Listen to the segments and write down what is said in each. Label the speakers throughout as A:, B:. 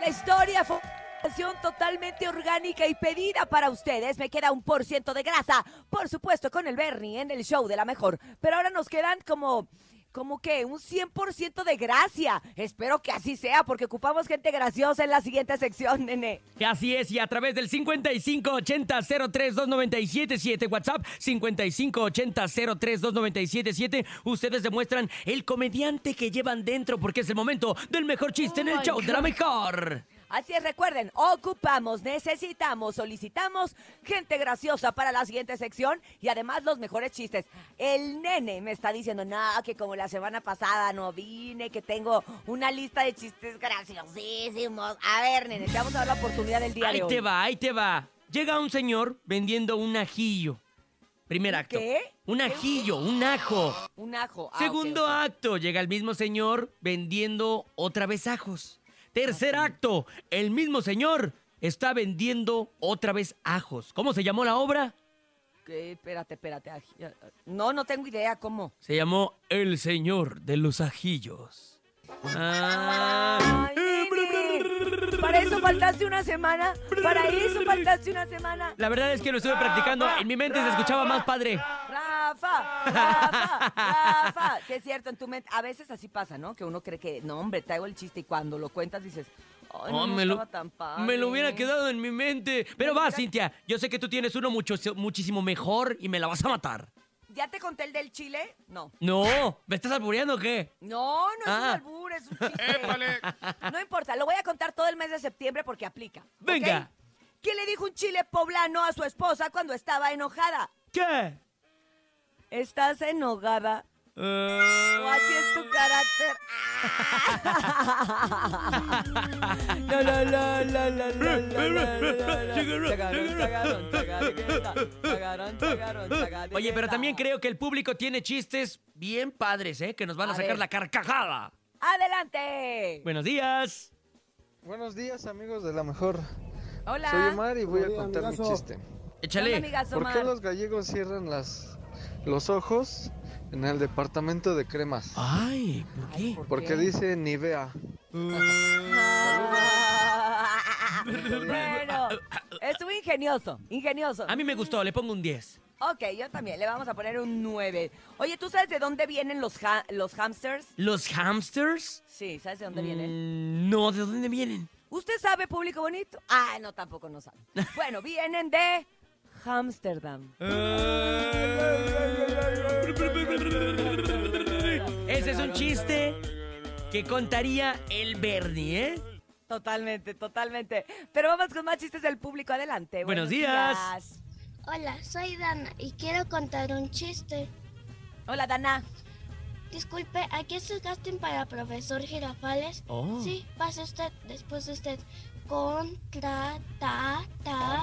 A: la historia fue totalmente orgánica y pedida para ustedes. Me queda un por ciento de grasa, por supuesto, con el Bernie en el show de la mejor. Pero ahora nos quedan como, como que un 100% de gracia. Espero que así sea, porque ocupamos gente graciosa en la siguiente sección, nene.
B: Así es, y a través del 5580-032977, WhatsApp 5580-032977, ustedes demuestran el comediante que llevan dentro, porque es el momento del mejor chiste en el show de la mejor.
A: Así es, recuerden, ocupamos, necesitamos, solicitamos gente graciosa para la siguiente sección y además los mejores chistes. El nene me está diciendo, no, que como la semana pasada no vine, que tengo una lista de chistes graciosísimos. A ver, nene, te vamos a dar la oportunidad del día
B: ahí
A: de hoy.
B: te va, ahí te va. Llega un señor vendiendo un ajillo. Primer acto.
A: ¿Qué?
B: Un ajillo, un ajo.
A: Un ajo. Ah,
B: Segundo
A: ok, ok.
B: acto, llega el mismo señor vendiendo otra vez ajos. Tercer acto, el mismo señor está vendiendo otra vez ajos. ¿Cómo se llamó la obra?
A: Eh, espérate, espérate. aj- ya- No, no tengo idea cómo.
B: Se llamó El Señor de los Ajillos. Ah.
A: Ay, nene, Para eso faltaste una semana. Para eso faltaste una semana.
B: La verdad es que lo estuve practicando. En mi mente se escuchaba más padre.
A: Rafa, Rafa, Rafa. Sí, es cierto, en tu mente. A veces así pasa, ¿no? Que uno cree que, no, hombre, traigo el chiste y cuando lo cuentas dices, ay, no,
B: Oh,
A: no
B: me, lo,
A: estaba tan padre.
B: me lo hubiera quedado en mi mente. Pero va,
A: hubiera-
B: Cintia. Yo sé que tú tienes uno mucho, muchísimo mejor y me la vas a matar.
A: ¿Ya te conté el del chile? No.
B: No, ¿me estás albureando o qué?
A: No, no es un
B: Ah.
A: albur, es un chiste. No importa, lo voy a contar todo el mes de septiembre porque aplica. ¿ok?
B: Venga.
A: ¿Qué le dijo un chile poblano a su esposa cuando estaba enojada?
B: ¿Qué?
A: ¿Estás enojada? O Oh, así es tu carácter. La, la, la, la, la, la, la, la, la, la.
B: Llegaron,
A: Chagaron,
B: llegaron.
A: chagaron, chagadegueta. Chagaron, chagaron, chagadegueta.
B: Oye, pero también creo que el público tiene chistes bien padres, ¿eh? Que nos van a,
A: A
B: sacar
A: ver.
B: la carcajada.
A: ¡Adelante!
B: Buenos días.
C: Buenos días amigos de la mejor.
A: Hola.
C: Soy Omar y voy a
D: Hola,
C: contar mi
D: amigazo.
C: chiste.
A: Hola,
B: Échale.
A: amigas,
C: ¿Por qué
A: Omar.
C: los gallegos cierran las, los ojos en el departamento de cremas?
B: Ay, ¿por qué?
C: Porque dice Nivea.
A: Ah, Bueno, estuvo ingenioso, ingenioso.
B: A mí me gustó, le pongo un 10.
A: Ok, yo también, le vamos a poner un 9. Oye, ¿tú sabes de dónde vienen los, ha- los hamsters?
B: ¿Los hamsters?
A: Sí, ¿sabes de dónde vienen?
B: Mm, No, ¿de dónde vienen?
A: ¿Usted sabe, público bonito? Ah, no, tampoco no sabe. Bueno, vienen de Ámsterdam.
B: Ese es un chiste que contaría el Bernie, ¿eh?
A: Totalmente, totalmente. Pero vamos con más chistes del público. Adelante.
B: Buenos días.
E: Hola, soy Dana y quiero contar un chiste.
A: Hola, Dana.
E: Disculpe, ¿a qué se gasten para profesor Girafales?
B: Oh.
E: Sí, pase usted, después de usted. Contra, ta, ta, ta.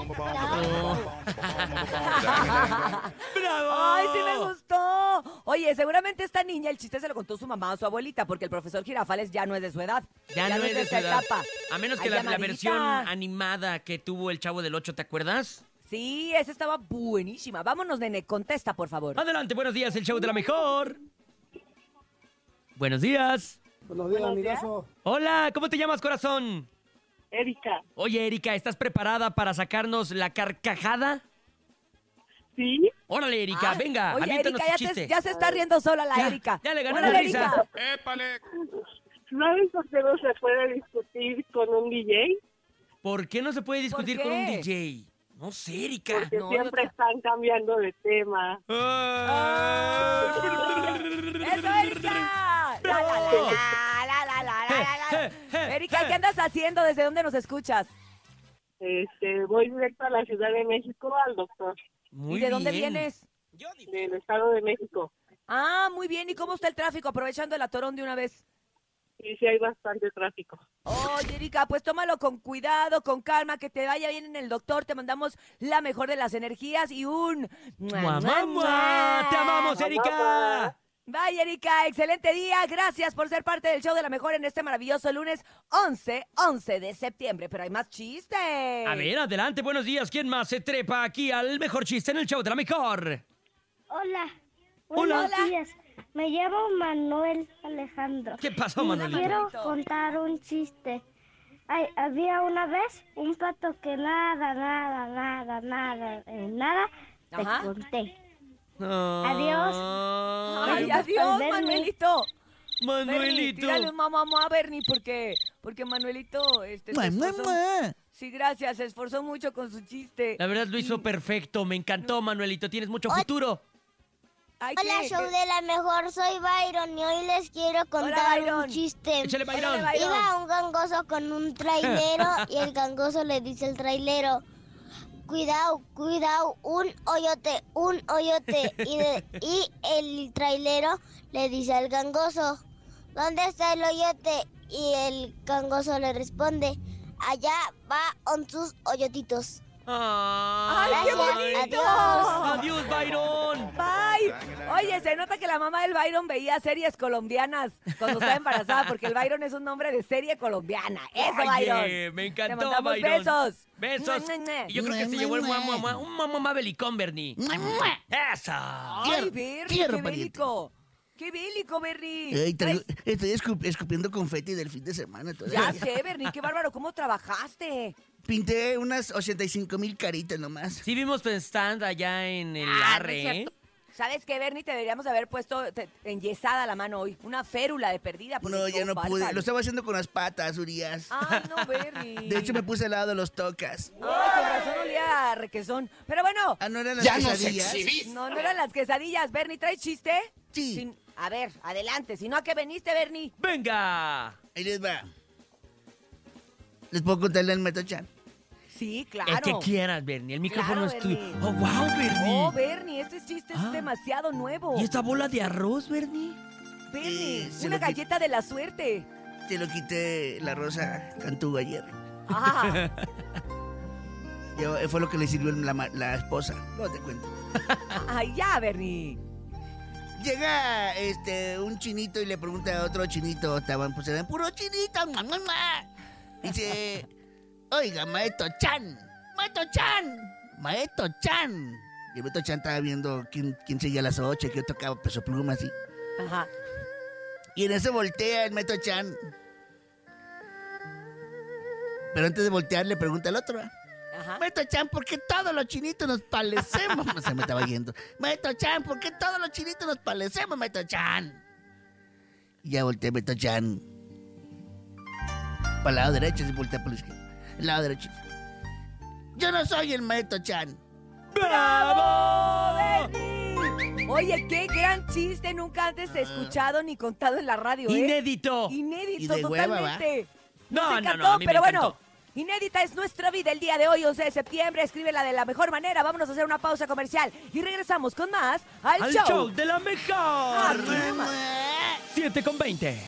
B: ¡Bravo!
A: ¡Ay, sí me gustó! Oye, seguramente esta niña el chiste se lo contó su mamá o su abuelita, porque el profesor Girafales ya no es de su edad.
B: Ya, no es de su
A: esa
B: edad.
A: etapa.
B: A menos que
A: Ay,
B: la, la
A: llamadita.
B: versión animada que tuvo el Chavo del 8, ¿te acuerdas?
A: Sí, esa estaba buenísima. Vámonos, nene, contesta, por favor.
B: Adelante, buenos días, el show de la mejor. Buenos
D: Buenos días,
B: días.
F: Buenos días.
D: amigazo.
B: Hola, ¿cómo te llamas, corazón?
F: Erika,
B: Oye, Erika, ¿estás preparada para sacarnos la carcajada?
F: ¿sí?
B: Órale, Erika,
A: Ah,
B: venga,
A: Oye,
B: aviéntanos
A: Erika, ya,
B: tu
A: te-
B: chiste.
A: ya se está riendo sola la
B: Ya,
A: Erika.
B: ya le ganó
A: Órale,
B: la risa.
A: Erika.
F: ¿Sabes por qué no se puede discutir con un DJ?
B: ¿Por qué no se puede discutir
A: ¿Por
B: con un
A: qué?
B: DJ? No sé, Erika.
F: Porque
A: no,
F: siempre
A: yo-
F: están cambiando de tema.
A: ¡Eso,
B: Ah.
A: Erika! La, la, la, la, la, la, la, la, la, la. Erika, ¿qué andas haciendo? ¿Desde dónde nos escuchas?
F: Este, voy directo a la Ciudad de México al doctor
B: Muy
A: ¿Y de dónde
B: bien.
A: vienes?
F: del Estado de México.
A: Ah, muy bien. ¿Y cómo está el tráfico? Aprovechando el atorón de una vez.
F: Y sí hay bastante tráfico.
A: Oye, Erika, pues tómalo con cuidado, con calma, que te vaya bien en el doctor. Te mandamos la mejor de las energías y un...
B: ¡Mua, mua, mua! ¡Te amamos, Erika!
A: Bye, Erika. Excelente día. Gracias por ser parte del show de la mejor en este maravilloso lunes 11, 11 de septiembre. Pero hay más chistes.
B: A ver, adelante, buenos días. ¿Quién más se trepa aquí al mejor chiste en el show de la mejor?
G: Hola.
B: Hola.
G: Buenos
A: Hola.
G: días. Me llamo Manuel Alejandro.
B: ¿Qué pasó,
G: Y
B: Manuel?
G: Quiero
A: Manuelito.
G: contar un chiste.
D: Ay, había una vez un pato que nada, nada, nada, nada, eh, nada, te
A: Ajá.
D: conté.
B: Adiós. Ah,
A: Ay,
D: Ay,
A: adiós,
D: Bernie.
A: Manuelito. Bernie,
B: Manuelito.
A: tírale un mamá a Bernie porque, porque Manuelito este, se esforzó- Sí, gracias, se esforzó mucho con su chiste.
B: La verdad lo hizo perfecto. Me encantó, Manuelito. Tienes mucho futuro.
A: Ay,
G: Hola,
A: ¿qué?
G: show
A: ¿Qué?
G: de la mejor, soy Byron y hoy les quiero contar
A: Byron.
G: un chiste.
B: Échale,
A: Hola,
B: Byron.
A: Byron.
G: Iba un gangoso con un trailero y el gangoso le dice al trailero, cuidado, cuidado, un hoyote, un hoyote. Y, de- y el trailero le dice al gangoso, ¿dónde está el hoyote? Y el gangoso le responde, allá va on sus hoyotitos.
A: Ay, qué
G: Gracias,
A: bonito.
G: adiós.
B: Adiós, Byron.
A: Bye. Oye, se nota que la mamá del Byron veía series colombianas cuando estaba embarazada, porque el Byron es un nombre de serie colombiana. Eso,
B: Oye,
A: Byron.
B: me
A: Te
B: encantó,
A: mandamos
B: Byron.
A: besos.
B: Besos.
A: Mua, mua, mua.
B: Y yo creo que se llevó el mua, mua, mua. Un mua, mua, mua belicón, Bernie. ¡Esa!
A: Ay,
H: Fierro,
A: Bernie,
H: fierro,
A: qué
H: pariente.
A: bélico. Qué bélico, Bernie.
H: Ey, traigo-
A: Ay,
H: estoy escu- escupiendo confeti del fin de semana.
A: ya
H: Todavía.
A: sé, Bernie, qué bárbaro, ¿cómo trabajaste?
H: Pinté unas 85 mil caritas nomás.
B: Sí vimos tu stand allá en el
A: Ah, no es
B: Arre, ¿eh?
A: cierto. ¿Sabes qué, Bernie? Te deberíamos haber puesto te- enyesada la mano hoy. Una férula de perdida. porque
H: No, ya
A: todo
H: no pude.
A: bárbaro.
H: Lo estaba haciendo con las patas, Urias.
A: Ay, no, Bernie.
H: De hecho, me puse al lado de los tocas.
A: Ay, con razón olía a requesón. Pero bueno,
H: Ah, no eran las
I: Ya nos
H: quesadillas?
I: exhibí.
A: no, no eran las quesadillas. Bernie, ¿traes chiste?
H: Sí.
A: Sin- a ver, adelante. Si no, ¿a qué veniste, Bernie?
B: ¡Venga!
H: Ahí les va. Les puedo contarle al Metochan.
A: Sí,
B: El
A: claro.
B: que quieras, Bernie. El micrófono
A: Claro,
B: es tuyo.
A: Bernie.
B: ¡Oh, wow, Bernie!
A: Oh, Bernie, este chiste
B: Ah.
A: es demasiado nuevo.
B: ¿Y esta bola de arroz, Bernie?
A: Bernie,
H: Eh, se
A: una
H: lo quit-
A: galleta de la suerte.
H: Te lo quité la rosa Cantú ayer.
A: Ah,
H: Yo- eh, fue lo que le sirvió la, ma- la esposa. No te cuento.
A: ay, ya, Bernie.
H: Llega este un chinito y le pregunta a otro chinito, estaban pues eran puro chinito, mua, mua, mua. Dice, oiga, maestro Chan, maestro Chan, maestro Chan. Y el maestro Chan estaba viendo quién, quién seguía a las ocho, quién tocaba peso pluma así.
A: Ajá.
H: Y en eso voltea el maestro Chan. Pero antes de voltear le pregunta al otro. ¿ah?
A: Ajá.
H: Maestro Chan, ¿por qué todos los chinitos nos palecemos? Se me estaba yendo. Maestro Chan, ¿por qué todos los chinitos nos palecemos, Maestro Chan? Y ya volteé, Maestro Chan. Para el lado derecho, se voltea para la izquierda. El lado derecho. Yo no soy el Maestro Chan.
A: ¡Bravo, Bernie! Ah. Oye, qué gran chiste. Nunca antes escuchado ni contado en la radio, ¿eh?
B: ¡Inédito!
A: Inédito,
H: Y de hueva,
A: totalmente. Nos
B: No, no, no, a
A: encantó,
B: mí me
A: pero bueno.
B: encantó.
A: Inédita es nuestra vida el día de hoy, 11 de septiembre. Escríbela de la mejor manera. Vámonos a hacer una pausa comercial y regresamos con más al,
B: ¡Al
A: show.
B: show de la mejor!
A: Aquí nomás.
B: 7 con 20.